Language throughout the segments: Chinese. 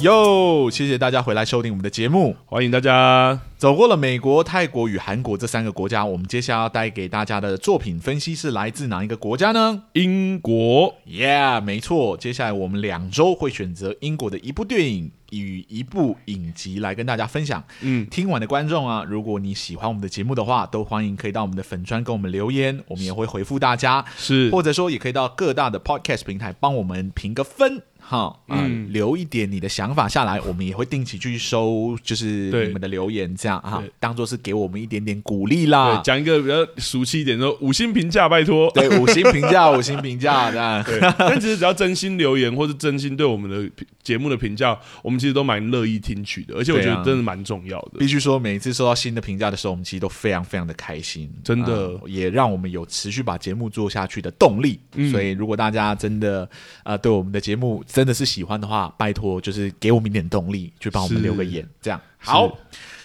哟，谢谢大家回来收听我们的节目。欢迎大家。走过了美国、泰国与韩国这三个国家，我们接下来要带给大家的作品分析是来自哪一个国家呢英国， ？Yeah，没错，接下来我们两周会选择英国的一部电影与一部影集来跟大家分享。嗯，听完的观众啊，如果你喜欢我们的节目的话，都欢迎可以到我们的粉专跟我们留言，我们也会回复大家。是或者说也可以到各大的 podcast 平台帮我们评个分。哈，嗯，嗯留一点你的想法下来，我们也会定期去收，就是对你们的留言，这样啊对，当做是给我们一点点鼓励啦对，。讲一个比较熟悉一点的五星评价，拜托。对，五星评价，五星评价，这样。对，但其实只要真心留言或是真心对我们的评节目的评价，我们其实都蛮乐意听取的，而且我觉对啊得真的蛮重要的。必须说，每一次收到新的评价的时候，我们其实都非常非常的开心，真的啊也让我们有持续把节目做下去的动力。嗯所以，如果大家真的呃对我们的节目真的是喜欢的话，拜托就是给我们一点动力，去帮我们是留个言，这样是好。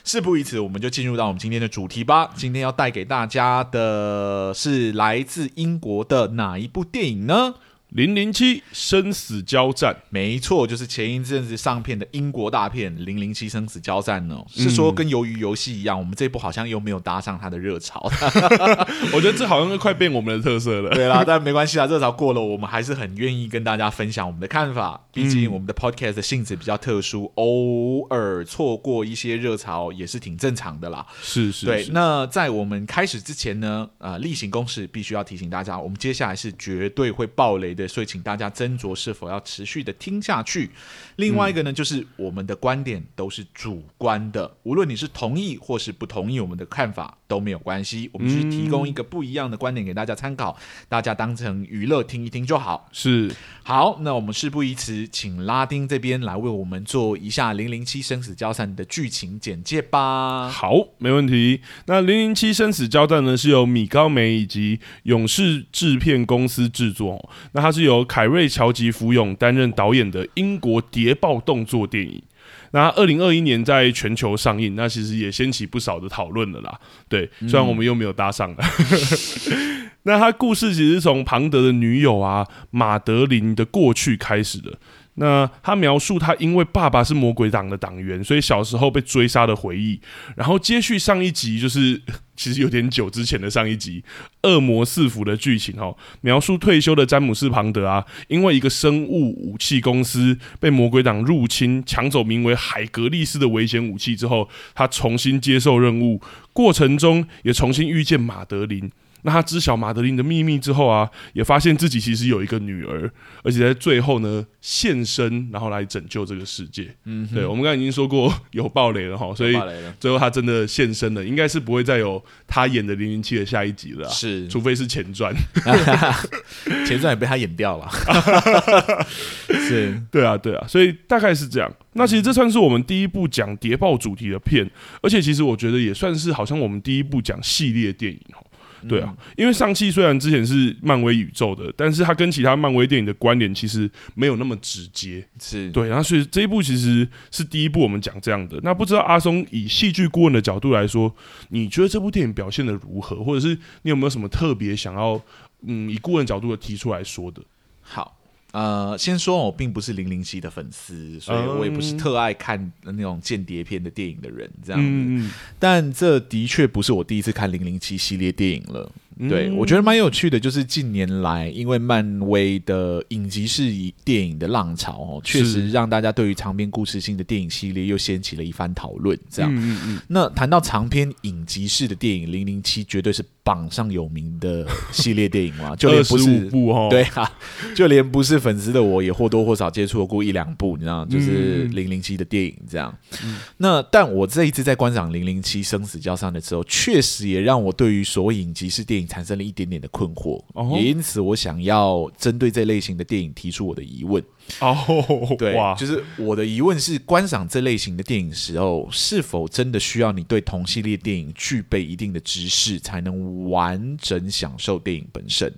事不宜迟，我们就进入到我们今天的主题吧。今天要带给大家的是来自英国的哪一部电影呢？零零七生死交战，没错，就是前一阵子上片的英国大片《零零七生死交战》哦，是说跟鱿鱼游戏一样，我们这部好像又没有搭上它的热潮。我觉得这好像快变我们的特色了。对啦，但没关系啊，热潮过了，我们还是很愿意跟大家分享我们的看法。毕竟我们的 podcast 的性质比较特殊，偶尔错过一些热潮也是挺正常的啦。是是对，是，那在我们开始之前呢，呃，例行公事必须要提醒大家，我们接下来是绝对会爆雷的，所以请大家斟酌是否要持续的听下去。另外一嗯个呢，就是我们的观点都是主观的，无论你是同意或是不同意我们的看法都没有关系，我们只是提嗯供一个不一样的观点给大家参考，大家当成娱乐听一听就好。是好，那我们事不宜迟，请拉丁这边来为我们做一下《零零七生死交战》的剧情简介吧。好，没问题。那《零零七生死交战》呢，是由米高梅以及勇士制片公司制作哦。那它是由凯瑞·乔吉·福永担任导演的英国谍报动作电影。那二零二一年在全球上映，那其实也掀起不少的讨论了啦。对，虽然我们又没有搭上了。 那他故事其实是从庞德的女友啊马德琳的过去开始的。那他描述他因为爸爸是魔鬼党的党员，所以小时候被追杀的回忆，然后接续上一集，就是 其实有点久之前的上一集《恶魔四伏》的剧情哦，描述退休的詹姆斯·庞德啊，因为一个生物武器公司被魔鬼党入侵，抢走名为海格力斯的危险武器之后，他重新接受任务，过程中也重新遇见马德琳。那他知晓马德琳的秘密之后啊，也发现自己其实有一个女儿，而且在最后呢现身，然后来拯救这个世界。嗯，对，我们刚才已经说过有暴雷了哈，所以爆雷了最后他真的现身了，应该是不会再有他演的零零七的下一集了啊、是除非是前传。 前传也被他演掉了， 是对啊，对啊，所以大概是这样。那其实这算是我们第一部讲谍报主题的片，而且其实我觉得也算是好像我们第一部讲系列电影哦。对啊，因为上汽虽然之前是漫威宇宙的，但是它跟其他漫威电影的关联其实没有那么直接。是，对，然后所以这一部其实是第一部我们讲这样的。那不知道阿松以戏剧顾问的角度来说，你觉得这部电影表现的如何，或者是你有没有什么特别想要嗯以顾问角度的提出来说的？好。呃，先说我并不是零零七的粉丝，所以嗯我也不是特爱看那种间谍片的电影的人，这样子。嗯，但这的确不是我第一次看零零七系列电影了。嗯对，我觉得蛮有趣的，就是近年来因为漫威的影集式电影的浪潮哦，确实是让大家对于长篇故事性的电影系列又掀起了一番讨论。这样，嗯嗯那谈到长篇影集式的电影，《零零七》绝对是榜上有名的系列电影 嘛，就连嗯，二不十是五部哦，对啊， 就连不是粉丝的我也或多或少接触过一两部，你知道，就是《嗯零零七》的电影这样。那但我这一次在观赏《零零七生死交战》的时候，确实也让我对于所谓影集式电影产生了一点点的困惑，哦也因此我想要针对这类型的电影提出我的疑问。哦， 对哇，，就是我的疑问是，观赏这类型的电影时候，是否真的需要你对同系列电影具备一定的知识，才能完整享受电影本身？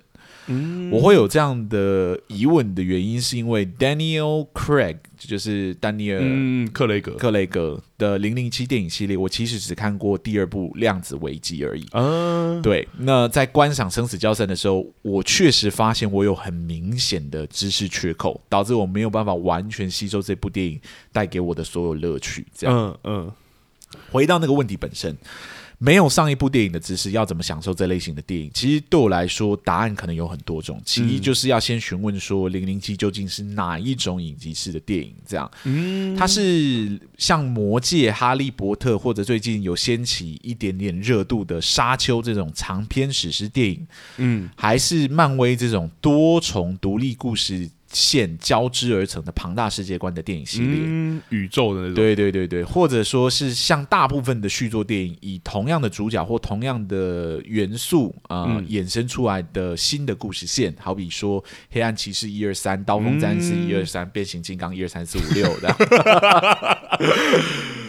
嗯我会有这样的疑问的原因，是因为 Daniel Craig 就是丹尼尔嗯，克雷格，克雷格的《零零七》电影系列，我其实只看过第二部《量子危机》而已。啊，对，那在观赏《生死交战》的时候，我确实发现我有很明显的知识缺口，导致我没有办法完全吸收这部电影带给我的所有乐趣。这样，嗯嗯，回到那个问题本身，没有上一部电影的知识，要怎么享受这类型的电影？其实对我来说，答案可能有很多种。其一就是要先询问说，《零零七》究竟是哪一种影集式的电影？这样，嗯，它是像《魔戒》《哈利波特》或者最近有掀起一点点热度的《沙丘》这种长篇史诗电影，嗯，还是漫威这种多重独立故事线交织而成的庞大世界观的电影系列？嗯，宇宙的那种，，对对对对，或者说是像大部分的续作电影，以同样的主角或同样的元素啊、呃嗯衍生出来的新的故事线，好比说《黑暗骑士》一二三，《刀锋战士》一二三，《变形金刚》一二三四五六的。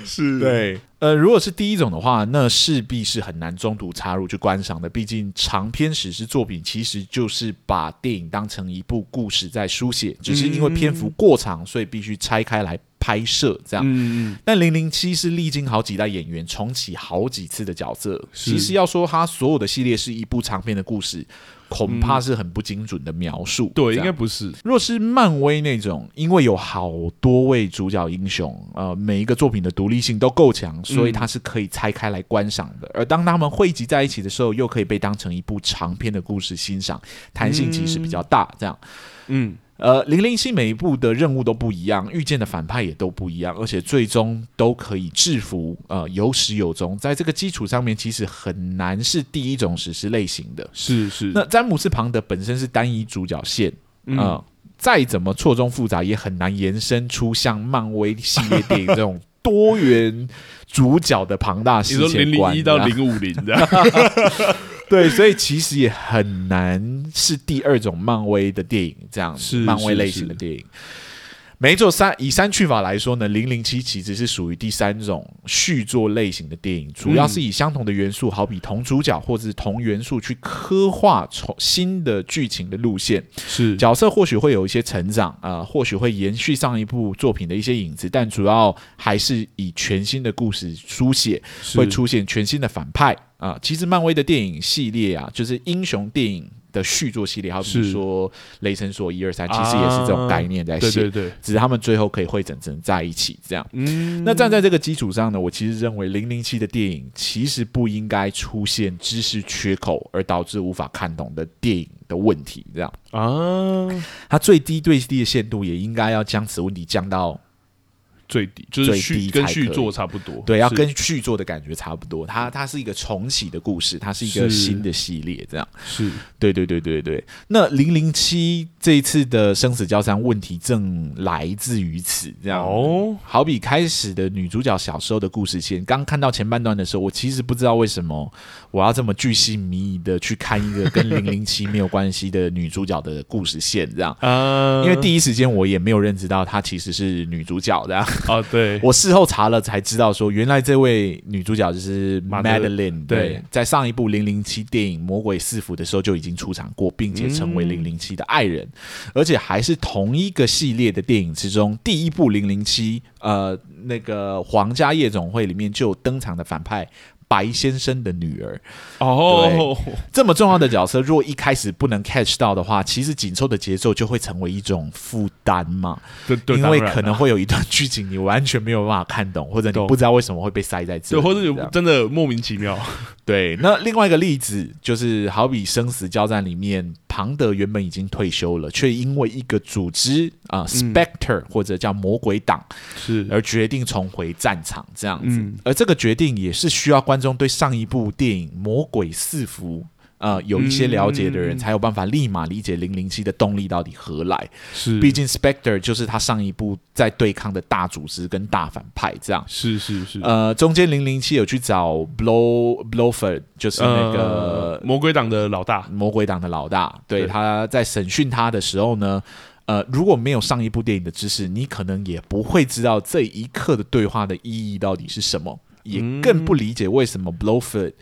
是，，对， 呃，如果是第一种的话，那势必是很难中途插入去观赏的。毕竟长篇史诗作品其实就是把电影当成一部故事在书写，只是因为篇幅过长，所以必须拆开来拍摄这样。嗯，但零零七是历经好几代演员重启好几次的角色，是其实要说它所有的系列是一部长篇的故事，恐怕是很不精准的描述。嗯对，这应样该不是，若是漫威那种，因为有好多位主角英雄，呃，每一个作品的独立性都够强，所以它是可以拆开来观赏的。而当他们汇集在一起的时候，又可以被当成一部长篇的故事欣赏，弹性其实比较大。这样，嗯，呃，零零七每一部的任务都不一样，遇见的反派也都不一样，而且最终都可以制服，呃，有始有终。在这个基础上面，其实很难是第一种史诗类型的。是是，那詹姆斯·庞德本身是单一主角线，嗯呃再怎么错综复杂，也很难延伸出像漫威系列电影这种多元主角的庞大 你世说界零观。啊零一到你知道吗零五零 的，对，所以其实也很难是第二种漫威的电影这样子，是漫威是类是型的电影。没错，三以删去法来说呢，《零零七》其实是属于第三种续作类型的电影，主要是以相同的元素，好比同主角或者是同元素去刻画从新的剧情的路线。是，角色或许会有一些成长啊、呃或许会延续上一部作品的一些影子，但主要还是以全新的故事书写，是会出现全新的反派啊、其实漫威的电影系列啊，就是英雄电影的续作系列，好比是啊说《雷神索》一二三，其实也是这种概念在对写，对对，只是他们最后可以汇整成在一起这样。嗯，那站在这个基础上呢，我其实认为《零零七》的电影其实不应该出现知识缺口而导致无法看懂的电影的问题，这样。啊，它最低最低的限度也应该要将此问题降到哦最低就是最续低跟才续可以作差不多，对，要是跟续作的感觉差不多。它它是一个重启的故事，它是一个是新的系列，这样。是对对对对对。那零零七这一次的生死交战问题正来自于此，这样。哦，好比开始的女主角小时候的故事线，刚看到前半段的时候，我其实不知道为什么我要这么巨细靡遗的去看一个跟零零七没有关系的女主角的故事线，这样。啊，因为第一时间我也没有认知到她其实是女主角的啊、啊对， 我事后查了才知道说，原来这位女主角就是马德 Madeline，对对，在上一部《零零七》电影《魔鬼四伏》的时候就已经出场过，并且成为零零七的爱人，而且还是同一个系列的电影之中第一部《零零七》呃那个皇家夜总会里面就有登场的反派。白先生的女儿哦，这么重要的角色，若一开始不能 catch 到的话，其实紧凑的节奏就会成为一种负担嘛。对对，因当为然可啦能会有一段剧情你完全没有办法看懂，或者懂你不知道为什么会被塞在这对，里，或者有这样真的莫名其妙，对。那另外一个例子就是，好比《生死交战》里面，庞德原本已经退休了，却因为一个组织啊、Spectre 或者叫魔鬼党，是而决定重回战场这样子。嗯而这个决定也是需要观众对上一部电影《魔鬼四伏》。呃，有一些了解的嗯人才有办法立马理解零零七的动力到底何来。是，毕竟 Spectre 就是他上一部在对抗的大组织跟大反派这样。是是是，呃，中间零零七有去找 Blow Blowford，就是那个呃魔鬼党的老大，魔鬼党的老大，对对他在审讯他的时候呢。呃，如果没有上一部电影的知识，你可能也不会知道这嗯一刻的对话的意义到底是什么，也更不理解为什么 Blowford，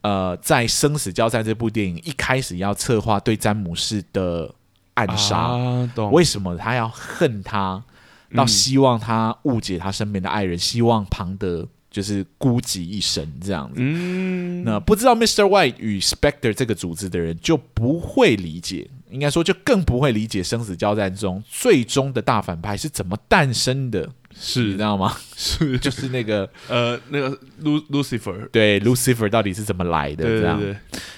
呃，在《生死交战》这部电影一开始要策划对詹姆士的暗杀，啊，懂？为什么他要恨他，嗯到希望他误解他身边的爱人，希望庞德就是孤寂一生这样子。嗯，那不知道 Mr. White 与 Spectre 这个组织的人就不会理解，应该说就更不会理解生死交战中最终的大反派是怎么诞生的，你知是道吗？ 是，就是那个呃，那个 Lu Lucifer，对 Lucifer 到底是怎么来的？对这对样，对，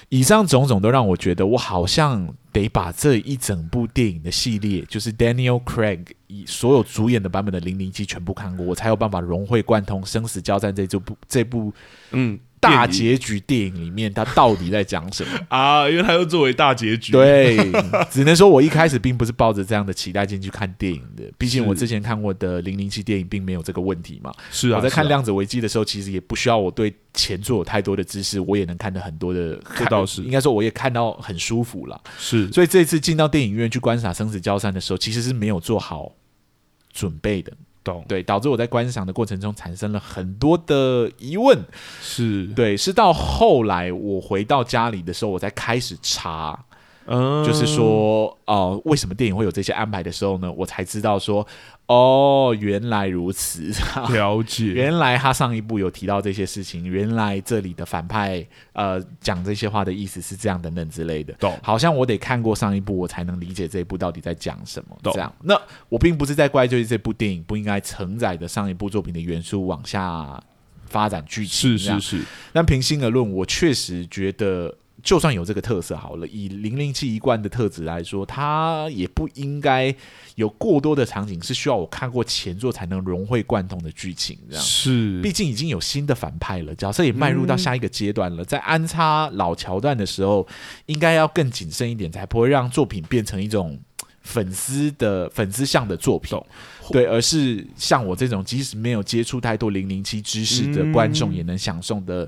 以上种种都让我觉得，我好像得把这一整部电影的系列，就是 Daniel Craig 以所有主演的版本的《零零七》全部看过，我才有办法融会贯通《生死交战》这这部这部嗯，大电影结局电影里面，它到底在讲什么？啊，因为它又作为大结局，，对， 只能说我一开始并不是抱着这样的期待进去看电影的，毕竟是我之前看过的《零零七》电影并没有这个问题嘛。是啊，我在看《是啊量子危机》的时候，其实也不需要我对前作有太多的知识，我也能看得很多的看，这倒是应该说我也看到很舒服了。是所以这次进到电影院去观赏《生死交战》的时候，其实是没有做好准备的，懂，对，导致我在观赏的过程中产生了很多的疑问。是，对，是到后来我回到家里的时候，我才开始查，嗯，就是说，哦、为什么电影会有这些安排的时候呢？我才知道说，哦，原来如此。 了解，原来他上一部有提到这些事情，原来这里的反派呃讲这些话的意思是这样等等之类的，懂好像我得看过上一部，我才能理解这一部到底在讲什么。懂这样，那我并不是在怪罪这部电影不应该承载的上一部作品的元素往下发展剧情，是这样是是，但平心而论，我确实觉得，就算有这个特色好了，以零零七一贯的特质来说，它也不应该有过多的场景是需要我看过前作才能融会贯通的剧情这样。是毕竟已经有新的反派了，角色也迈入到下一个阶段了。在安插老桥段的时候，应该要更谨慎一点，才不会让作品变成一种嘖粉丝的粉丝向的作品懂。对，而是像我这种即使没有接触太多零零七知识的观众，嗯也能享受的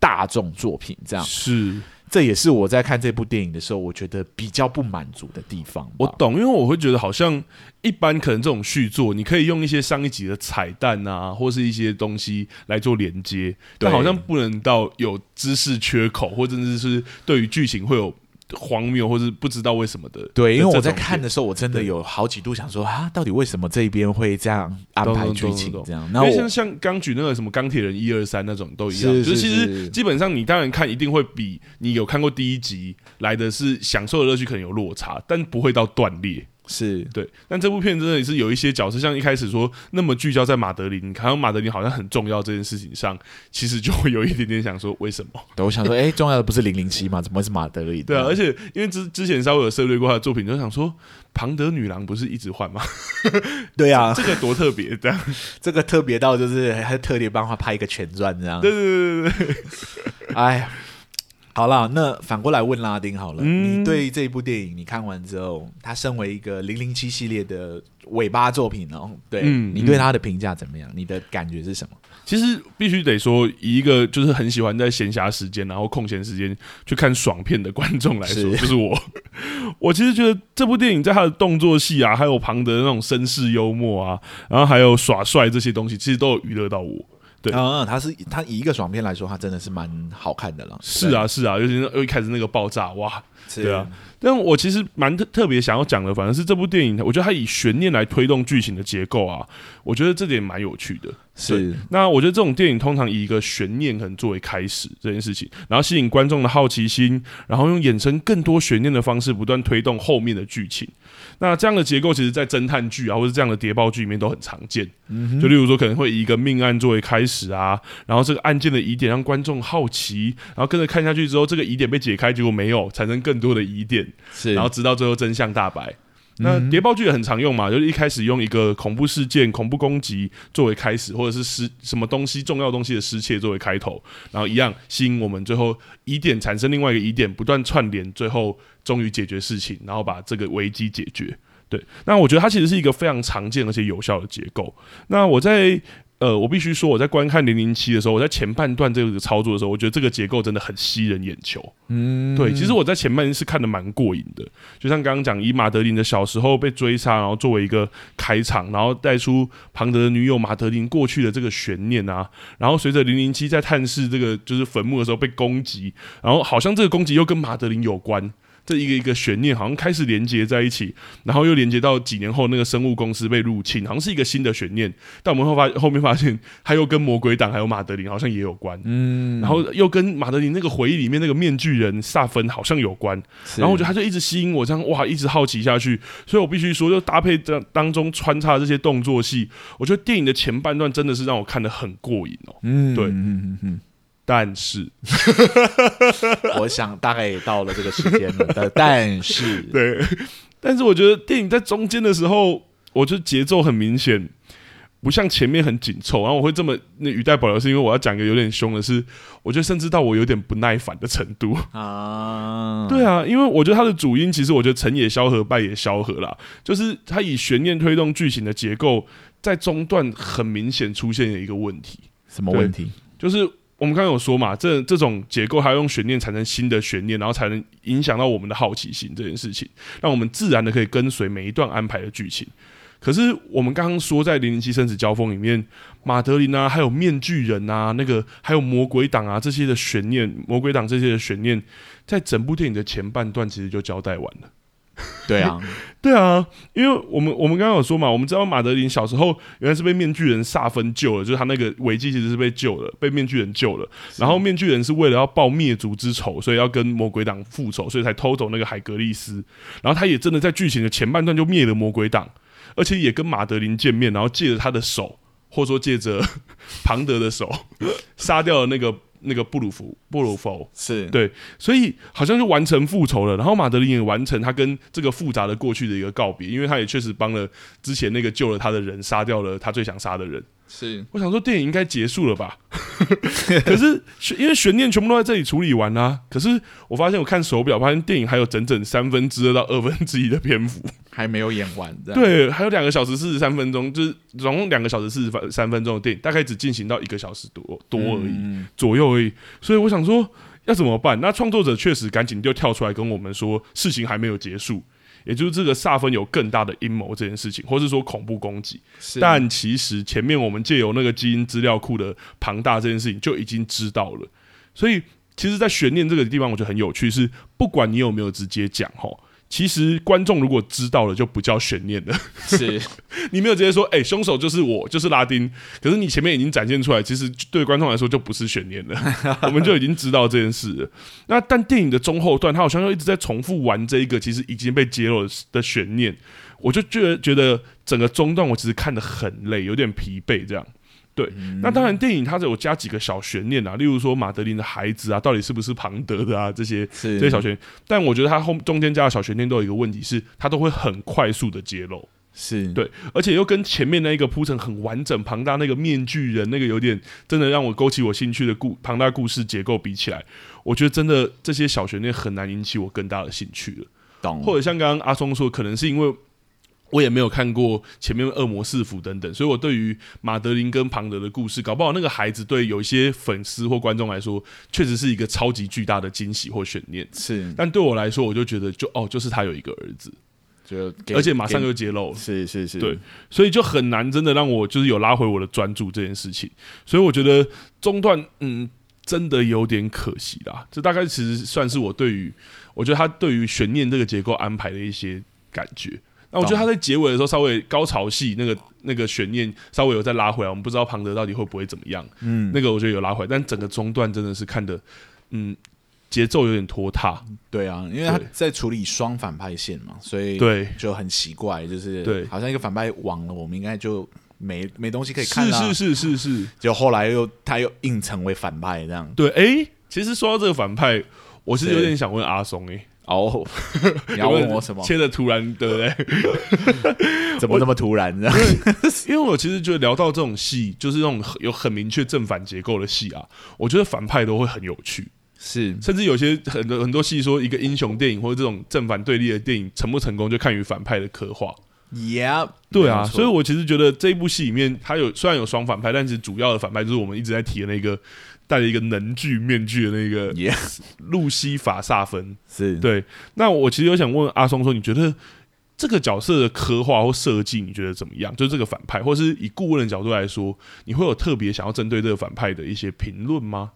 大众作品。这样，是这也是我在看这部电影的时候，我觉得比较不满足的地方吧。我懂，因为我会觉得好像一般可能这种续作，你可以用一些上一集的彩蛋啊，或是一些东西来做连接，对但好像不能到有知识缺口，或甚至是对于剧情会有荒谬，或是不知道为什么的。对，因为的我在这种看的时候，我真的对有好几度想说啊，到底为什么这一边会这样安懂排懂剧懂情懂这样？因那为我像像刚举那个什么钢铁人一二三那种都一样，是就是是其是实基本上你当然看一定会比你有看过第一集来的是享受的乐趣可能有落差，但不会到断裂。是 对，但这部片真的也是有一些角色，像一开始说那么聚焦在马德琳，好像马德琳好像很重要这件事情上，其实就会有一点点想说为什么？对，我想说，哎、重要的不是零零七嘛，怎么会是马德里？对啊，而且因为之之前稍微有涉猎过他的作品，就想说庞德女郎不是一直 换吗？对啊，这个多特别，这样这个特别到就是还特别帮他拍一个全传这样对。对对对对对， 哎，好啦，那反过来问拉丁好了，嗯你对这一部电影你看完之后，他身为一个零零七系列的尾巴作品哦，对、嗯你对他的评价怎么样？你的感觉是什么？其实必须得说，以一个就是很喜欢在闲暇时间，然后空闲时间去看爽片的观众来说，是就是我。 我其实觉得这部电影在它的动作戏啊，还有庞德的那种绅士幽默啊，然后还有耍帅这些东西，其实都有娱乐到我。对啊、他是他以一个爽片来说，他真的是蛮好看的了。是啊，是啊，尤其是又一开始那个爆炸，哇！对，对啊，但我其实蛮特特别想要讲的，反正是这部电影，我觉得它以悬念来推动剧情的结构啊，我觉得这点蛮有趣的。是那我觉得这种电影通常以一个悬念可能作为开始这件事情，然后吸引观众的好奇心，然后用衍生更多悬念的方式不断推动后面的剧情。那这样的结构其实，在侦探剧啊，或者这样的谍报剧里面都很常见。就例如说，可能会以一个命案作为开始啊，然后这个案件的疑点让观众好奇，然后跟着看下去之后，这个疑点被解开，结果没有，产生更多的疑点。是，然后直到最后真相大白。那谍报剧也很常用嘛，就是一开始用一个恐怖事件、恐怖攻击作为开始，或者是失什么东西重要东西的失窃作为开头，然后一样吸引我们最后疑点产生另外一个疑点，不断串联，最后终于解决事情，然后把这个危机解决。对，那我觉得它其实是一个非常常见而且有效的结构。那我在呃，我必须说，我在观看零零七的时候，我在前半段这个操作的时候，我觉得这个结构真的很吸人眼球。嗯，对，其实我在前半是看的蛮过瘾的，就像刚刚讲，以马德琳的小时候被追杀，然后作为一个开场，然后带出庞德的女友马德琳过去的这个悬念啊，然后随着零零七在探视这个就是坟墓的时候被攻击，然后好像这个攻击又跟马德琳有关。这一个一个悬念好像开始连接在一起，然后又连接到几年后那个生物公司被入侵，好像是一个新的悬念。但我们会发后面发现，它又跟魔鬼党还有马德琳好像也有关。嗯，然后又跟马德琳那个回忆里面那个面具人萨芬好像有关，然后我觉得他就一直吸引我，这样哇，一直好奇下去，所以我必须说，就搭配这当中穿插这些动作戏，我觉得电影的前半段真的是让我看得很过瘾哦。嗯对嗯嗯嗯但是，嗯， 我想大概也到了这个时间了，但但是 对，但是我觉得电影在中间的时候，我觉得节奏很明显。不像前面很紧凑，然后我会这么那语带保留，是因为我要讲一个有点凶的是，我觉得甚至到我有点不耐烦的程度。啊，对啊，因为我觉得它的主因，其实我觉得成也萧何，败也萧何啦，就是它以悬念推动剧情的结构，在中段很明显出现了一个问题，什么问题？就是我们刚刚有说嘛，这这种结构它要用悬念产生新的悬念，然后才能影响到我们的好奇心这件事情，让我们自然的可以跟随每一段安排的剧情。可是我们刚刚说，在《零零七生死交锋》里面，马德琳啊，还有面具人啊，那个还有魔鬼党啊这些的悬念，魔鬼党这些的悬念，在整部电影的前半段其实就交代完了。对啊，对啊，因为我们我们刚刚有说嘛，我们知道马德琳小时候原来是被面具人萨芬救了，就是他那个危机其实是被救了，被面具人救了。然后面具人是为了要报灭族之仇，所以要跟魔鬼党复仇，所以才偷走那个海格力斯。然后他也真的在剧情的前半段就灭了魔鬼党，而且也跟马德琳见面，然后借着他的手，或者说借着庞德的手， 杀掉了那个那个布鲁福布鲁佛。是对所以好像就完成复仇了。然后马德琳也完成他跟这个复杂的过去的一个告别，因为他也确实帮了之前那个救了他的人，杀掉了他最想杀的人。是，我想说电影应该结束了吧， 可是因为悬念全部都在这里处理完啦、啊可是我发现我看手表，发现电影还有整整三分之二到二分之一的篇幅，还没有演完，这样，对，还有两个小时四十三分钟，就是总共两个小时四十三分钟的电影，大概只进行到一个小时多多而已。嗯，左右而已。所以我想说，要怎么办？那创作者确实赶紧就跳出来跟我们说，事情还没有结束，也就是这个萨芬有更大的阴谋这件事情，或是说恐怖攻击。是，但其实前面我们借由那个基因资料库的庞大这件事情就已经知道了，所以其实，在悬念这个地方，我觉得很有趣，是不管你有没有直接讲吼。其实观众如果知道了，就不叫悬念了。 是你没有直接说，哎、凶手就是我，就是拉丁。可是你前面已经展现出来，其实对观众来说就不是悬念了，我们就已经知道这件事了。那但电影的中后段，他好像又一直在重复玩这一个其实已经被揭露的悬念，我就觉得觉得整个中段我其实看得很累，有点疲惫这样。对，那当然，电影它有加几个小悬念啊，例如说马德琳的孩子啊，到底是不是庞德的啊，这些是这些小悬念。但我觉得它后中间加的小悬念都有一个问题是，它都会很快速的揭露。是，对，而且又跟前面那一个铺陈很完整、庞大那个面具人那个有点真的让我勾起我兴趣的故庞大故事结构比起来，我觉得真的这些小悬念很难引起我更大的兴趣了。懂，或者像刚刚阿松说，可能是因为。我也没有看过前面《恶魔四伏》等等，所以我对于马德琳跟庞德的故事，搞不好那个孩子对有一些粉丝或观众来说，确实是一个超级巨大的惊喜或悬念。是，但对我来说，我就觉得就哦，就是他有一个儿子，就给而且马上给就揭露了。哦是是是，对所以就很难真的让我就是有拉回我的专注这件事情。所以我觉得中段，嗯，真的有点可惜啦。这大概其实算是我对于，我觉得他对于悬念这个结构安排的一些感觉。那我觉得他在结尾的时候稍微高潮戏那个那个悬念稍微有再拉回来，我们不知道庞德到底会不会怎么样。嗯，那个我觉得有拉回来，但整个中段真的是看的，嗯，节奏有点拖沓。对啊，因为他对在处理双反派线嘛，所以对，就很奇怪，就是对好像一个反派亡了，我们应该就没没东西可以看是啦。是是是是。就后来又他又硬成为反派这样。对，诶，其实说到这个反派，我是对有点想问阿松诶，哦， 你要问我什 么？切的突然，对不对？ 怎么那么突然？这样因为我其实觉得聊到这种戏，就是那种有很明确正反结构的戏啊，我觉得反派都会很有趣。是甚至有些很多很多戏说，一个英雄电影或者这种正反对立的电影成不成功，就看于反派的刻画。 ，Yeah，对啊，没错所以我其实觉得这一部戏里面，它有虽然有双反派，但是主要的反派就是我们一直在提的那个戴着一个能具面具的那个 Yeah 路西法萨芬。是对，那我其实有想问阿松说，你觉得这个角色的刻画或设计，你觉得怎么样？就是这个反派，或是以顾问的角度来说，你会有特别想要针对这个反派的一些评论吗？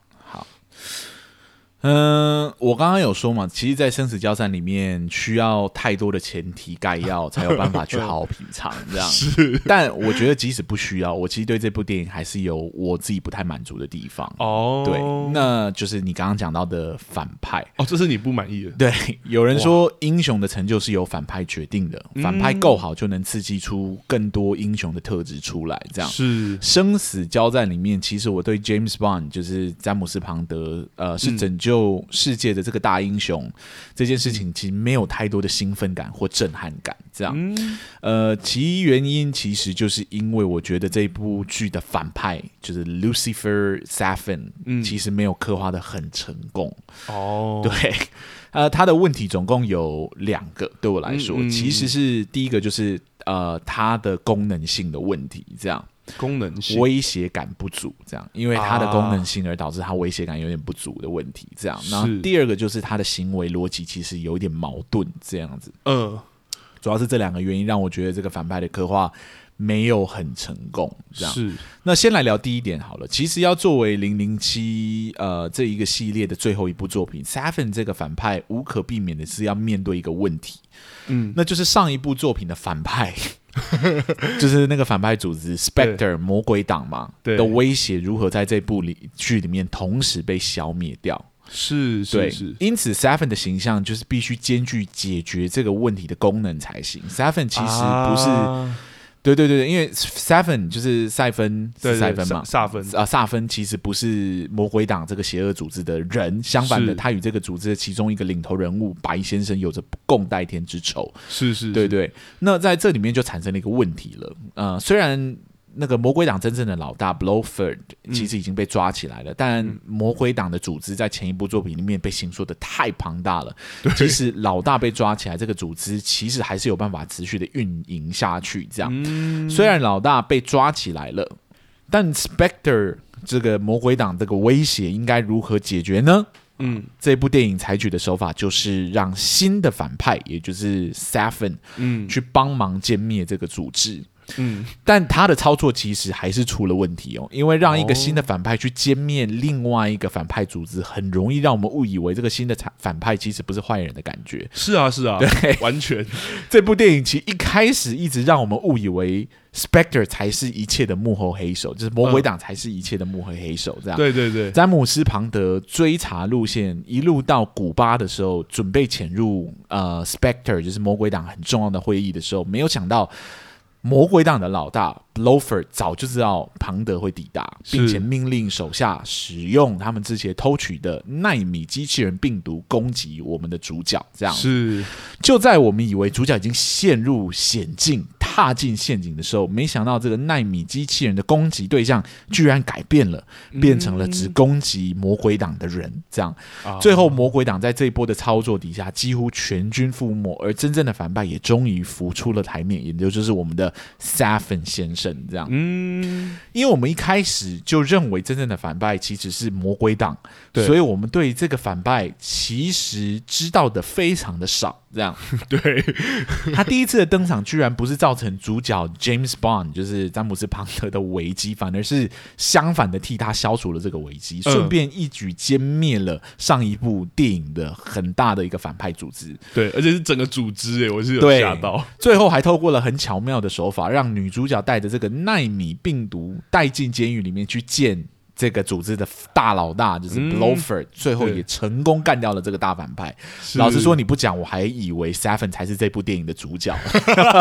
嗯、我刚刚有说嘛，其实，在生死交战里面，需要太多的前提概要，才有办法去好好品尝这样。 是，但我觉得即使不需要，我其实对这部电影还是有我自己不太满足的地方。哦，对，那就是你刚刚讲到的反派。 哦，这是你不满意的，对，有人说英雄的成就是由反派决定的，反派够好就能刺激出更多英雄的特质出来。这样，是生死交战里面，其实我对 James Bond 就是詹姆斯庞德，嗯呃，是拯救世界的这个大英雄、这件事嗯情，其实没有太多的兴奋感或震撼感。这样，嗯呃，其原因其实就是因为我觉得这部剧的反派就是 Lucifer Safin，、嗯其实没有刻画的很成功。哦，对， 呃，他的问题总共有两个，对我来说，嗯嗯其实是第一个就是呃，它的功能性的问题，这样。功能性，威胁感不足，这样，因为它的功能性而导致它威胁感有点不足的问题，这样。是然后第二个就是它的行为逻辑其实有点矛盾，这样子，嗯、主要是这两个原因让我觉得这个反派的刻画没有很成功，这样。是那先来聊第一点好了。其实要作为零零七呃这一个系列的最后一部作品 s a f i n 这个反派无可避免的是要面对一个问题，嗯，那就是上一部作品的反派， 就是那个反派组织 Spectre 魔鬼党嘛对的威胁如何在这部里剧里面同时被消灭掉。是是对，是，因此 s a f i n 的形象就是必须兼具解决这个问题的功能才行。s a f i n 其实不是、啊对对对对，因为 s a f i n 就是赛芬，对是对赛芬萨嘛，萨芬啊，萨芬其实不是魔鬼党这个邪恶组织的人，相反的，是他与这个组织的其中一个领头人物白先生有着不共戴天之仇。是是，对是对，那在这里面就产生了一个问题了。呃，虽然那个魔鬼党真正的老大 Blowford 其实已经被抓起来了，但魔鬼党的组织在前一部作品里面被形塑的太庞大了。即使老大被抓起来，这个组织其实还是有办法持续的运营下去。这样，嗯虽然老大被抓起来了，但 Spectre 这个魔鬼党这个威胁应该如何解决呢？嗯这部电影采取的手法就是让新的反派，也就是 Safin，嗯去帮忙歼灭这个组织。嗯，但他的操作其实还是出了问题哦，因为让一个哦新的反派去歼灭另外一个反派组织，很容易让我们误以为这个新的反反派其实不是坏人的感觉。是啊是啊，对，完全这部电影其实一开始一直让我们误以为 Spectre 才是一切的幕后黑手，就是魔鬼党才是一切的幕后黑手，这样。对对对，詹姆斯·庞德追查路线，一路到古巴的时候，准备潜入呃 Spectre，就是魔鬼党很重要的会议的时候，没有想到魔鬼党的老大 Blofeld 早就知道庞德会抵达，是并且命令手下使用他们之前偷取的纳米机器人病毒攻击我们的主角。这样，是就在我们以为主角已经陷入险境、踏进陷阱的时候，没想到这个纳米机器人的攻击对象居然改变了，变成了只攻击魔鬼党的人。这样，啊最后魔鬼党在这一波的操作底下几乎全军覆没，而真正的反派也终于浮出了台面，也就是我们的 Safin 先生。这样，嗯因为我们一开始就认为真正的反派其实是魔鬼党，对所以我们对这个反派其实知道的非常的少。这样， 对， 他第一次的登场居然不是造成主角 James Bond 就是詹姆斯庞德的危机，反而是相反的替他消除了这个危机，嗯顺便一举歼灭了上一部电影的很大的一个反派组织。对，而且是整个组织哎，我是有对吓到，最后还透过了很巧妙的手法，让女主角带着这个纳米病毒带进监狱里面去见。这个组织的大老大就是嗯 Blofeld，、最后对也成功干掉了这个大反派。是老实说，，你不讲，我还以为 Seven 才是这部电影的主角。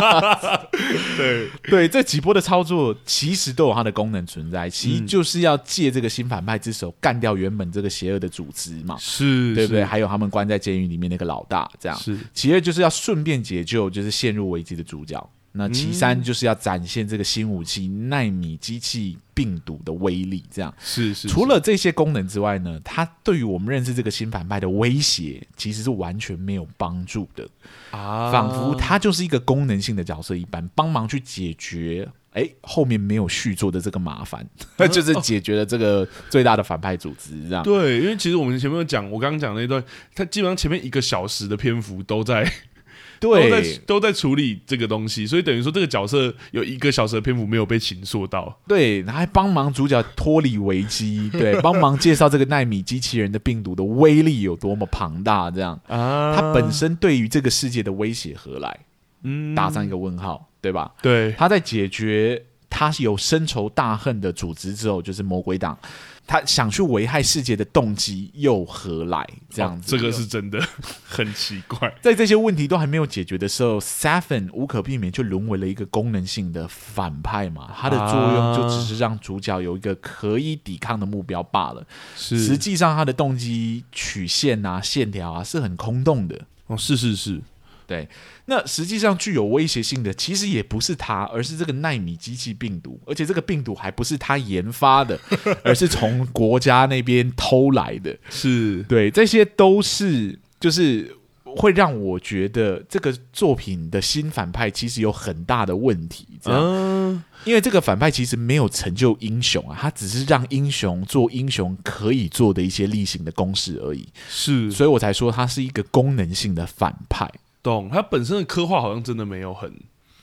对， 对这几波的操作，其实都有它的功能存在，嗯其实就是要借这个新反派之手干掉原本这个邪恶的组织嘛，是，对不对？还有他们关在监狱里面那个老大，这样。是？是其二就是要顺便解救就是陷入危机的主角，那其三就是要展现这个新武器纳米机器病毒的威力。这样，是是，除了这些功能之外呢，它对于我们认识这个新反派的威胁其实是完全没有帮助的，是啊仿佛它就是一个功能性的角色一般，帮忙去解决。哎，后面没有续作的这个麻 烦，那就是解决了这个最大的反派组织，这样。对，因为其实我们前面有讲，我刚刚讲那一段，它基本上前面一个小时的篇幅都在都在对都在处理这个东西，所以等于说这个角色有一个小时的篇幅没有被情说到。对，然后还帮忙主角脱离危机，对，帮忙介绍这个纳米机器人的病毒的威力有多么庞大，这样。啊他本身对于这个世界的威胁何来？嗯打上一个问号，对吧？对他在解决他是有深仇大恨的组织之后，就是魔鬼党，他想去危害世界的动机又何来？这样子，哦这个是真的 很奇怪。在这些问题都还没有解决的时候 s a f i n 无可避免就沦为了一个功能性的反派嘛，它的作用就只是让主角有一个可以抵抗的目标罢了。实是际上，它的动机曲线啊、线条啊是很空洞的。哦，是是是，对，那实际上具有威胁性的其实也不是它，而是这个纳米机器病毒，而且这个病毒还不是它研发的，而是从国家那边偷来的。是对，这些都是就是会让我觉得这个作品的新反派其实有很大的问题，这样，嗯因为这个反派其实没有成就英雄啊，他只是让英雄做英雄可以做的一些例行的公式而已，是所以我才说他是一个功能性的反派。懂。它本身的刻画好像真的没有很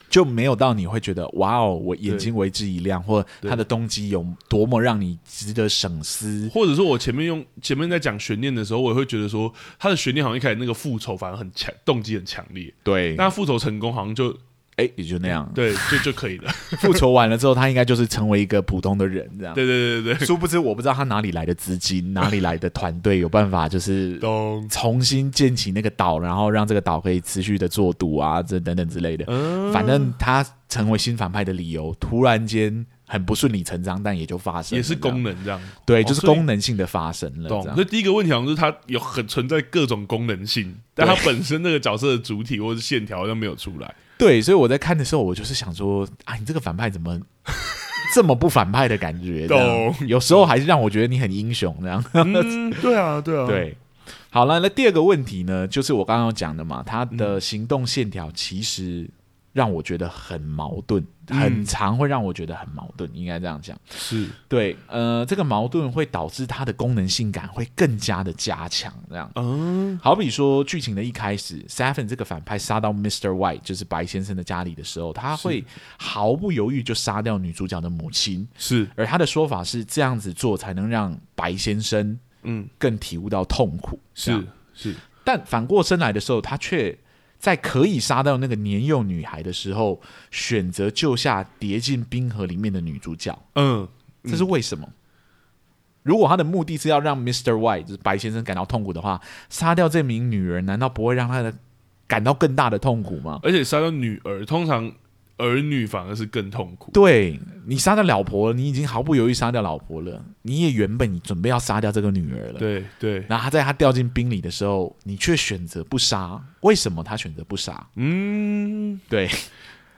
就没有到你会觉得哇哦，我眼对睛为之一亮，或对他的动机有多么让你值得省思。或者说我前面用前面在讲悬念的时候，我也会觉得说他的悬念好像一开始那个复仇反而很强，动机很强烈，对，但他复仇成功好像就哎，也就那样。对就就可以了。复仇完了之后，他应该就是成为一个普通的人这样。 对对对对对， 殊不知，我不知道他哪里来的资金，哪里来的团队，有办法就是懂。重新建起那个岛，然后让这个岛可以持续的做赌啊，这等等之类的。嗯，反正他成为新反派的理由，突然间很不顺理成章，但也就发生了，也是这样功能这样，对，哦就是所以功能性的发生了。懂这。样所以第一个问题好像是它有很存在各种功能性，但它本身那个角色的主体或者是线条好像没有出 来。对，所以我在看的时候，我就是想说，啊，你这个反派怎么 这么不反派的感觉？这样有时候还是让我觉得你很英雄这样。嗯，对啊，对啊，，对，好了，那第二个问题呢，就是我刚刚有讲的嘛，他的行动线条其实让我觉得很矛盾，很常会让我觉得很矛盾，应该这样讲。是对，呃，这个矛盾会导致它的功能性感会更加的加强，这样。嗯，好比说，剧情的一开始 s a f i n 这个反派杀到 Mr. White，就是白先生的家里的时候，他会毫不犹豫就杀掉女主角的母亲，是，而他的说法是这样子做才能让白先生嗯，更体悟到痛苦。这样是是，但反过身来的时候，他却在可以杀掉那个年幼女孩的时候，选择救下跌进冰河里面的女主角，嗯，这是为什么？如果他的目的是要让 Mr. White 就是白先生感到痛苦的话，杀掉这名女人，难道不会让他的感到更大的痛苦吗？而且杀掉女儿，通常儿女反而是更痛苦。对你杀掉老婆，你已经毫不犹豫杀掉老婆了，你也原本准备要杀掉这个女儿了。对对，然后他在他掉进冰里的时候，你却选择不杀，为什么他选择不杀？嗯，对，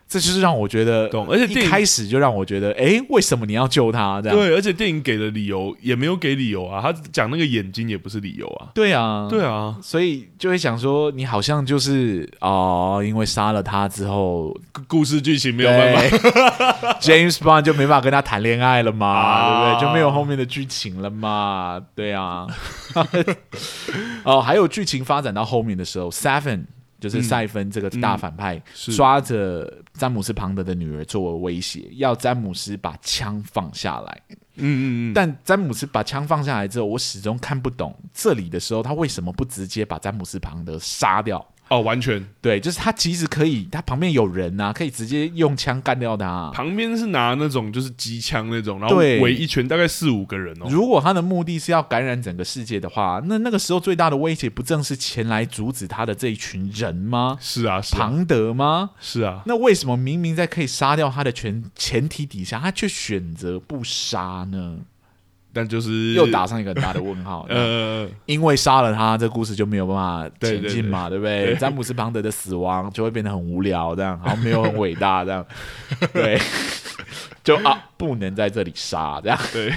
这就是让我觉得懂而且电一影开始就让我觉得，哎，为什么你要救他？这样对，而且电影给的理由也没有给理由啊，他讲那个眼睛也不是理由啊。对啊，对啊，所以就会想说，你好像就是哦，因为杀了他之后，故故事剧情没有办法。法 ，James Bond 就没办法跟他谈恋爱了嘛，啊对不对？就没有后面的剧情了嘛，对啊。 哦，还有剧情发展到后面的时候 s e v e n 就是赛芬这个大反派，嗯是抓着詹姆斯庞德的女儿作为威胁，要詹姆斯把枪放下来。嗯嗯嗯，但詹姆斯把枪放下来之后，我始终看不懂这里的时候，他为什么不直接把詹姆斯庞德杀掉？哦，完全。对，就是他其实可以，他旁边有人啊，可以直接用枪干掉他啊、旁边是拿那种就是机枪那种，然后对围一圈大概四五个人哦。如果他的目的是要感染整个世界的话，那那个时候最大的威胁不正是前来阻止他的这一群人吗？是啊，是啊，庞德吗？是啊，那为什么明明在可以杀掉他的前前提底下，他却选择不杀呢？但就是又打上一个很大的问 号。呃，呃，因为杀了他，这故事就没有办法对前对进嘛，对不对？詹姆斯庞德的死亡就会变得很无聊，这样好像没有很伟大，这样对，就啊不能在这里杀这样。对，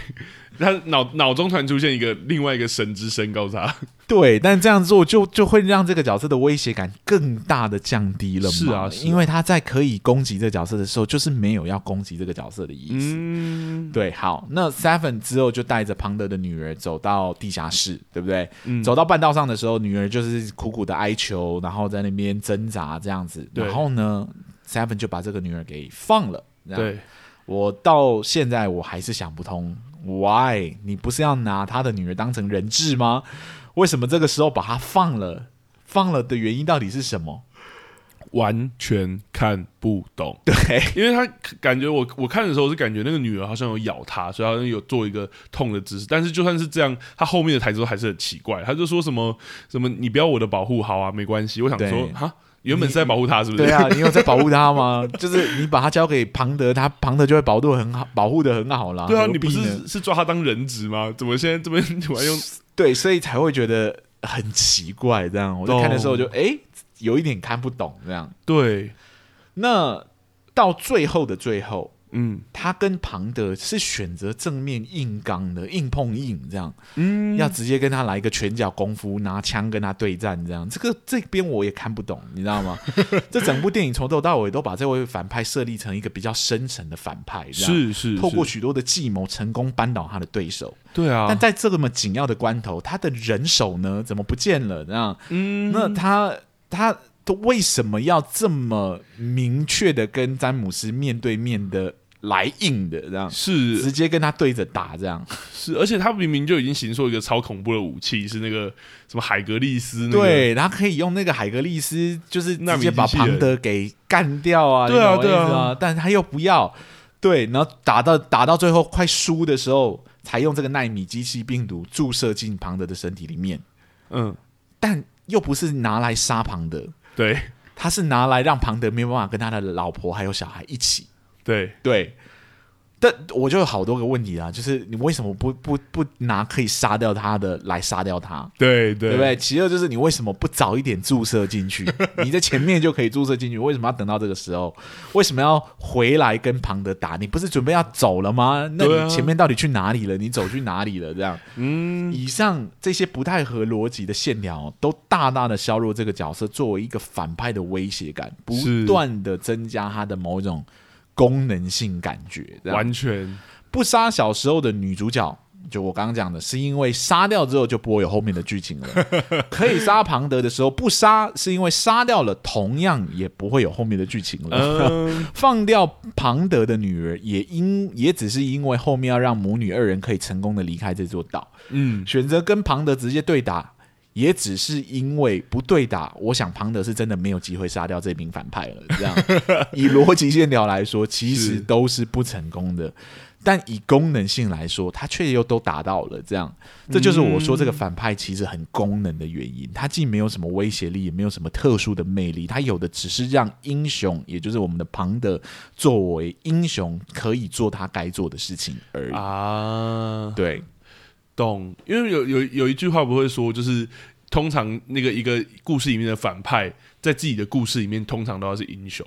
他脑脑中突然出现一个另外一个神之声告诉他，对，但这样做就就会让这个角色的威胁感更大的降低了嘛。是啊是啊因为他在可以攻击这个角色的时候，就是没有要攻击这个角色的意思。嗯，对，好，那 Seven 之后就带着庞德的女儿走到地下室，对不对？嗯走到半道上的时候，女儿就是苦苦的哀求，然后在那边挣扎这样子。对然后呢，Seven 就把这个女儿给放了。这样对，我到现在我还是想不通，why？你不是要拿他的女儿当成人质吗？为什么这个时候把她放了？放了的原因到底是什么？完全看不懂，对，因为他感觉我我看的时候是感觉那个女儿好像有咬他，所以好像有做一个痛的姿势。但是就算是这样，他后面的台词都还是很奇怪。他就说什么什么你不要我的保护，好啊，没关系。我想说对哈，原本是在保护他，是不是？对啊，你有在保护她吗？就是你把她交给庞德，他庞德就会保护得很好，保护的很好啦。对啊，何你不必呢是是抓他当人质吗？怎么现在这边突然用对，所以才会觉得很奇怪。这样，我在看的时候就哎、诶有一点看不懂这样。对，那到最后的最后，嗯他跟庞德是选择正面硬刚的，硬碰硬这样。嗯，要直接跟他来一个拳脚功夫，拿枪跟他对战，这样这个这边我也看不懂，你知道 吗？这整部电影从头到尾都把这位反派设立成一个比较深沉的反派，这样是是透过是许多的计谋成功扳倒他的对手。对啊，但在这么紧要的关头，他的人手呢怎么不见了？这样，嗯那他他。他为什么要这么明确的跟詹姆斯面对面的来硬的这样，是直接跟他对着打这样？是，而且他明明就已经行出一个超恐怖的武器，是那个什么海格力斯、那个，对，然后可以用那个海格力斯，就是纳直米接把机器人庞德给干掉啊，对啊你懂我对啊意思吗，但是他又不要，对，然后打到打到最后快输的时候，才用这个纳米机器病毒注射进庞德的身体里面，嗯，但又不是拿来杀庞德，对他是拿来让庞德没有办法跟他的老婆还有小孩一起，对，对。但我就有好多个问题啦，啊就是你为什么不不不拿可以杀掉他的来杀掉他？对对对不对？其二就是你为什么不早一点注射进 去？你在前面就可以注射进去，为什么要等到这个时候？为什么要回来跟庞德打？你不是准备要走了吗？那对啊你前面到底去哪里了？你走去哪里了？这样，嗯，以上这些不太合逻辑的线条，都大大的削弱这个角色作为一个反派的威胁感，不是断的增加他的某一种功能性感觉。这样完全不杀小时候的女主角，就我刚刚讲的，是因为杀掉之后就不会有后面的剧情了。可以杀庞德的时候不杀，是因为杀掉了，同样也不会有后面的剧情了。嗯， 放掉庞德的女儿，也因也只是因为后面要让母女二人可以成功的离开这座岛，嗯，选择跟庞德直接对打。也只是因为不对打，我想庞德是真的没有机会杀掉这名反派了。这 样，以逻辑线条来说，其实是都是不成功的。但以功能性来说，他却又都达到了，这样，这就是我说这个反派其实很功能的原因。他既没有什么威胁力，也没有什么特殊的魅力，他有的只是让英雄，也就是我们的庞德，作为英雄可以做他该做的事情而已。啊，对，懂，因为有有有一句话不会说，就是通常那个一个故事里面的反派，在自己的故事里面通常都要是英雄，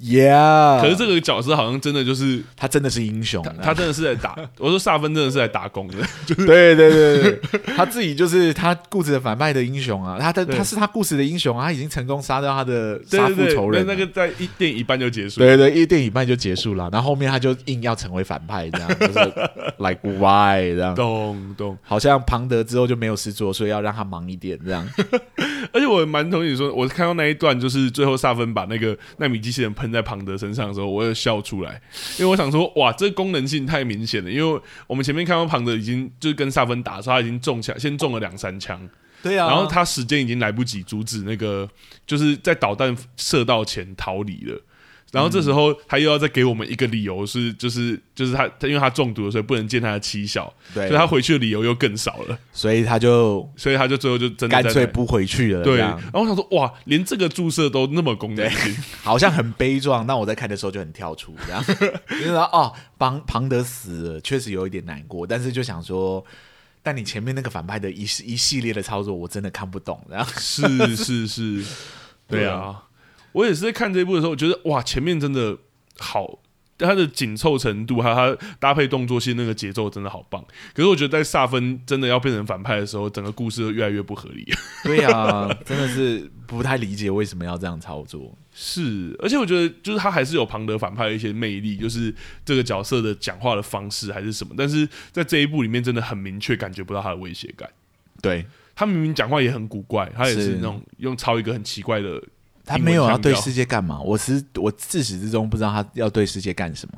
yeah，可是这个角色好像真的就是他真的是英雄，啊 他真的是在打，我说萨芬真的是在打工的，对对对对，他自己就是他故事的反派的英雄啊，他的对他是他故事的英雄啊，他已经成功杀掉他的对杀对父对，仇人啊、那那个在一电影一半就结束，对对，一电影半就结束了，然后后面他就硬要成为反派，这样就是 like why 这样， 懂懂。好像庞德之后就没有事做，所以要让他忙一点这 样。而且我蛮同意你说，我看到那一段就是最后萨芬把那个纳米机器人喷在庞德身上的时候，我有笑出来，因为我想说，哇，这功能性太明显了。因为我们前面看到庞德已经就是跟萨芬打的时候，他已经中枪，先中了两三枪，对啊，然后他时间已经来不及阻止那个，就是在导弹射到前逃离了。然后这时候他又要再给我们一个理由是，就是就是他他因为他中毒了，所以不能见他的妻小，对所以他回去的理由又更少了，所以他就所以他就最后就真的干在脆那不回去了。对。这样然后我想说，哇，连这个注射都那么功能性，好像很悲壮，但我在看的时候就很跳出，这样 就是说哦，庞庞德死了，确实有一点难过，但是就想说，但你前面那个反派的一系一系列的操作，我真的看不懂，这样是是 是，对对啊，我也是在看这一部的时候，我觉得哇，前面真的好。它的紧凑程度，还有它搭配动作戏那个节奏真的好棒。可是我觉得在萨芬真的要变成反派的时候，整个故事就越来越不合 理。对呀、真的是不太理解为什么要这样操作，是，而且我觉得就是他还是有庞德反派的一些魅力，就是这个角色的讲话的方式还是什么，但是在这一部里面真的很明确感觉不到他的威胁感。对他明明讲话也很古怪，他也是是那种用抄一个很奇怪的，他没有要对世界干嘛，我是我自始至终不知道他要对世界干什么，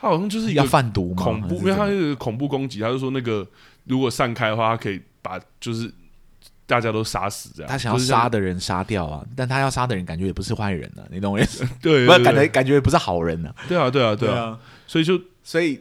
他好像就是一要个贩毒吗？恐怖，因还是为他怎么是恐怖攻击，他就说那个如果散开的话，他可以把就是大家都杀死这样，他想要就是这样杀的人杀掉啊，但他要杀的人感觉也不是坏人啊，你懂我意思？对，不对是，感觉对感觉也不是好人啊，对啊对啊对啊，，所以就所以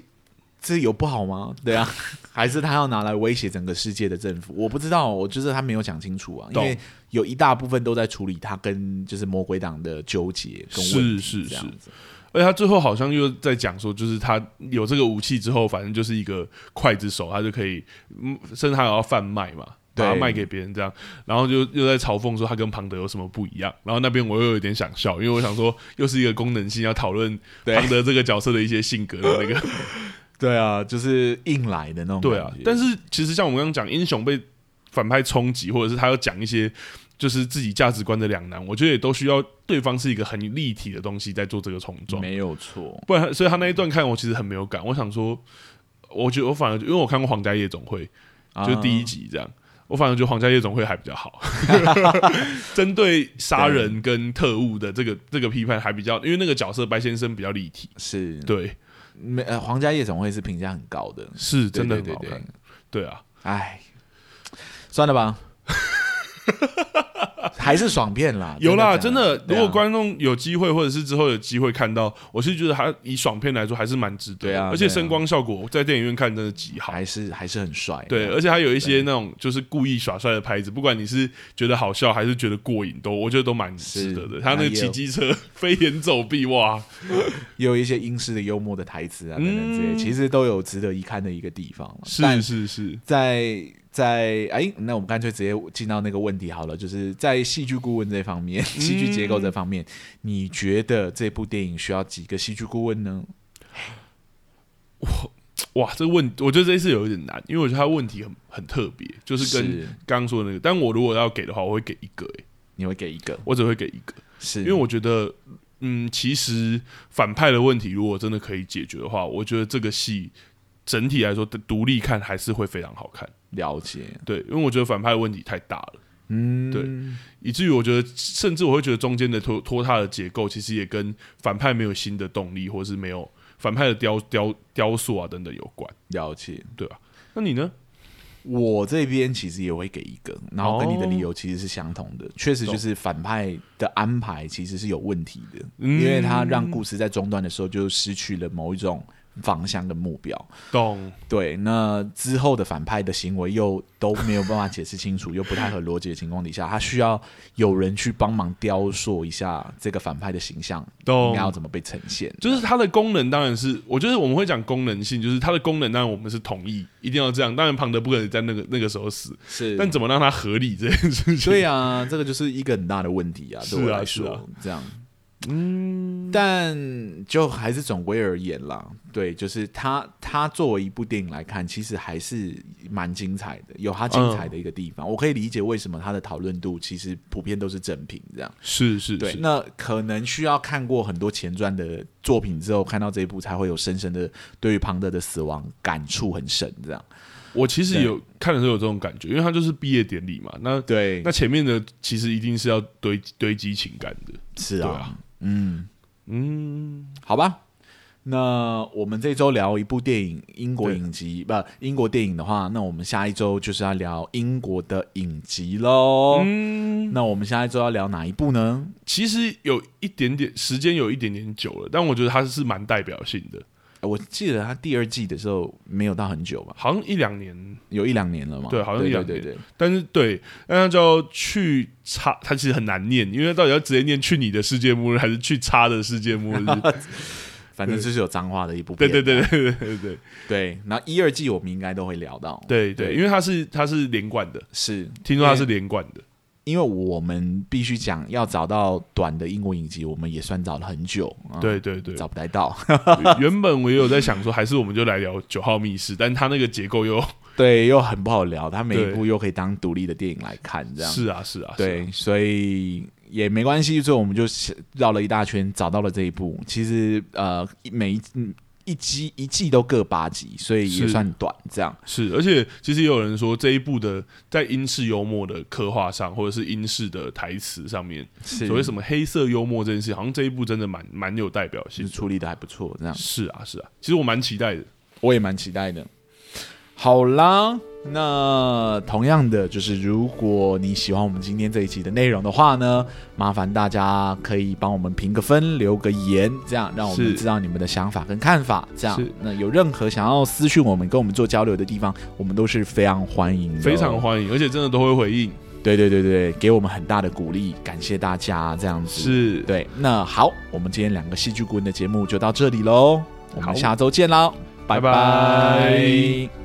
这有不好吗？对啊， 还是他要拿来威胁整个世界的政府？我不知道，我就是他没有讲清楚啊，因懂为有一大部分都在处理他跟就是魔鬼党的纠结跟问题是是这样子而且他最后好像又在讲说，就是他有这个武器之后，反正就是一个刽子手，他就可以，嗯，甚至他还要贩卖嘛，对把它卖给别人这样，然后就又在嘲讽说他跟庞德有什么不一样。然后那边我又有点想笑，因为我想说，又是一个功能性要讨论对庞德这个角色的一些性格的那个， 对啊，就是硬来的那种 对啊感觉。但是其实像我们刚刚讲，英雄被反派冲击，或者是他要讲一些。就是自己价值观的两难，我觉得也都需要对方是一个很立体的东西在做这个冲撞。没有错，不然，所以他那一段看我其实很没有感。我想说，我觉得哦我反而因为我看过《皇家夜总会》，就第一啊集这样，我反而觉得《皇家夜总会》还比较好， 针对杀人跟特务的这个这个批判还比较，因为那个角色白先生比较立体。是对，没呃，皇家夜总会是评价很高的，是真的对对很好对看对。，对啊，哎，算了 吧。还是爽片啦，有啦，真真的的。如对啊果观众有机会，或者是之后有机会看到，我是觉得它以爽片来说还是蛮值得的。对啊而且对啊声光效果在电影院看真的极好。还是还是很帅，啊对，而且还有一些那种就是故意耍帅的拍子，不管你是觉得好笑还是觉得过瘾，都我觉得都蛮值得的。是他那那个也骑有机车飞檐走壁，哇，也有一些英式的幽默的台词啊等等之类，嗯其实都有值得一看的一个地方。但是是是，在在哎，那我们干脆直接进到那个问题好了，就是在戏剧顾问这方面，嗯戏剧结构这方面，你觉得这部电影需要几个戏剧顾问呢？哇，这个问我觉得这一次有一点难，因为我觉得他问题很很特别，就是跟刚刚说的那个。但我如果要给的话，我会给一个、欸，你会给一个，我只会给一个，是因为我觉得，嗯，其实反派的问题如果真的可以解决的话，我觉得这个戏整体来说独立看还是会非常好看。了解，对，因为我觉得反派的问题太大了。嗯，对以至于我觉得，甚至我会觉得中间的拖拖沓的结构，其实也跟反派没有新的动力，或是没有反派的雕雕雕塑啊等等有关。了解。那你呢？我这边其实也会给一个，然后跟你的理由其实是相同的，确实哦懂就是反派的安排其实是有问题的，嗯因为他让故事在中段的时候就失去了某一种方向跟目标。懂对，那之后的反派的行为又都没有办法解释清 楚，又不太合逻辑的情况底下，他需要有人去帮忙雕塑一下这个反派的形象应该要懂，怎么被呈现。哦就是它的功能当然是，我觉得我们会讲功能性，就是它的功能当然我们是同意，一定要这样。当然庞德不可能在那个那个时候死，是但怎么让它合理这件事 情？对啊，这个就是一个很大的问题啊，是啊对我来是说，啊这样。嗯，但就还是总归而言啦，对，就是它它作为一部电影来看，其实还是蛮精彩的，有它精彩的一个地嗯方。我可以理解为什么它的讨论度其实普遍都是正评这样。是是对，是，那可能需要看过很多前传的作品之后，看到这一部才会有深深的对于庞德的死亡感触很深这样。我其实有看的时候有这种感觉，因为它就是毕业典礼嘛。那对那前面的其实一定是要堆堆积情感的。是对啊，啊嗯，嗯，好吧，那我们这周聊一部电影，英国影集不？英国电影的话，那我们下一周就是要聊英国的影集喽。嗯，那我们下一周要聊哪一部呢？其实有一点点时间，有一点点久了，但我觉得它是蛮代表性的，呃我记得它第二季的时候没有到很久吧，好像一两年。有一两年了嘛。对好像一两对对年对但是对，那就要去擦，它其实很难念，因为到底要直接念去你的世界末日，还是去擦的世界 末日？啊反正就是有脏话的一部对片。对对对对 对对对，然后一二季我们应该都会聊到。，对对，因为它是它是连贯的，是听说它是连贯的，因为我们必须讲要找到短的英国影集，我们也算找了很久。啊，对对对。找不太 到。原本我也有在想说，还是我们就来聊九号密室，但它那个结构又对，又很不好聊，它每一对部又可以当独立的电影来看，这样是啊是啊，是啊对，所以也没关系。最后我们就是绕了一大圈，找到了这一部。其实呃，一每一嗯一季一季都各八集，所以也是算短。这样是，而且其实也有人说这一部的在英式幽默的刻画上，或者是英式的台词上面，是所谓什么么黑色幽默这件事，好像这一部真的蛮蛮有代表性的。处理的还不错。这样是啊，是啊，其实我蛮期待的。我也蛮期待的。好啦，那同样的，就是如果你喜欢我们今天这一期的内容的话呢，麻烦大家可以帮我们评个分、留个言，这样让我们是知道你们的想法跟看法。这样是，那有任何想要私讯我们、跟我们做交流的地方，我们都是非常欢迎的哦，非常欢迎，而且真的都会回应。对对对对，给我们很大的鼓励，感谢大家这样子。是，对，那好，我们今天两个戏剧顾问的节目就到这里喽，我好们下周见喽，拜拜拜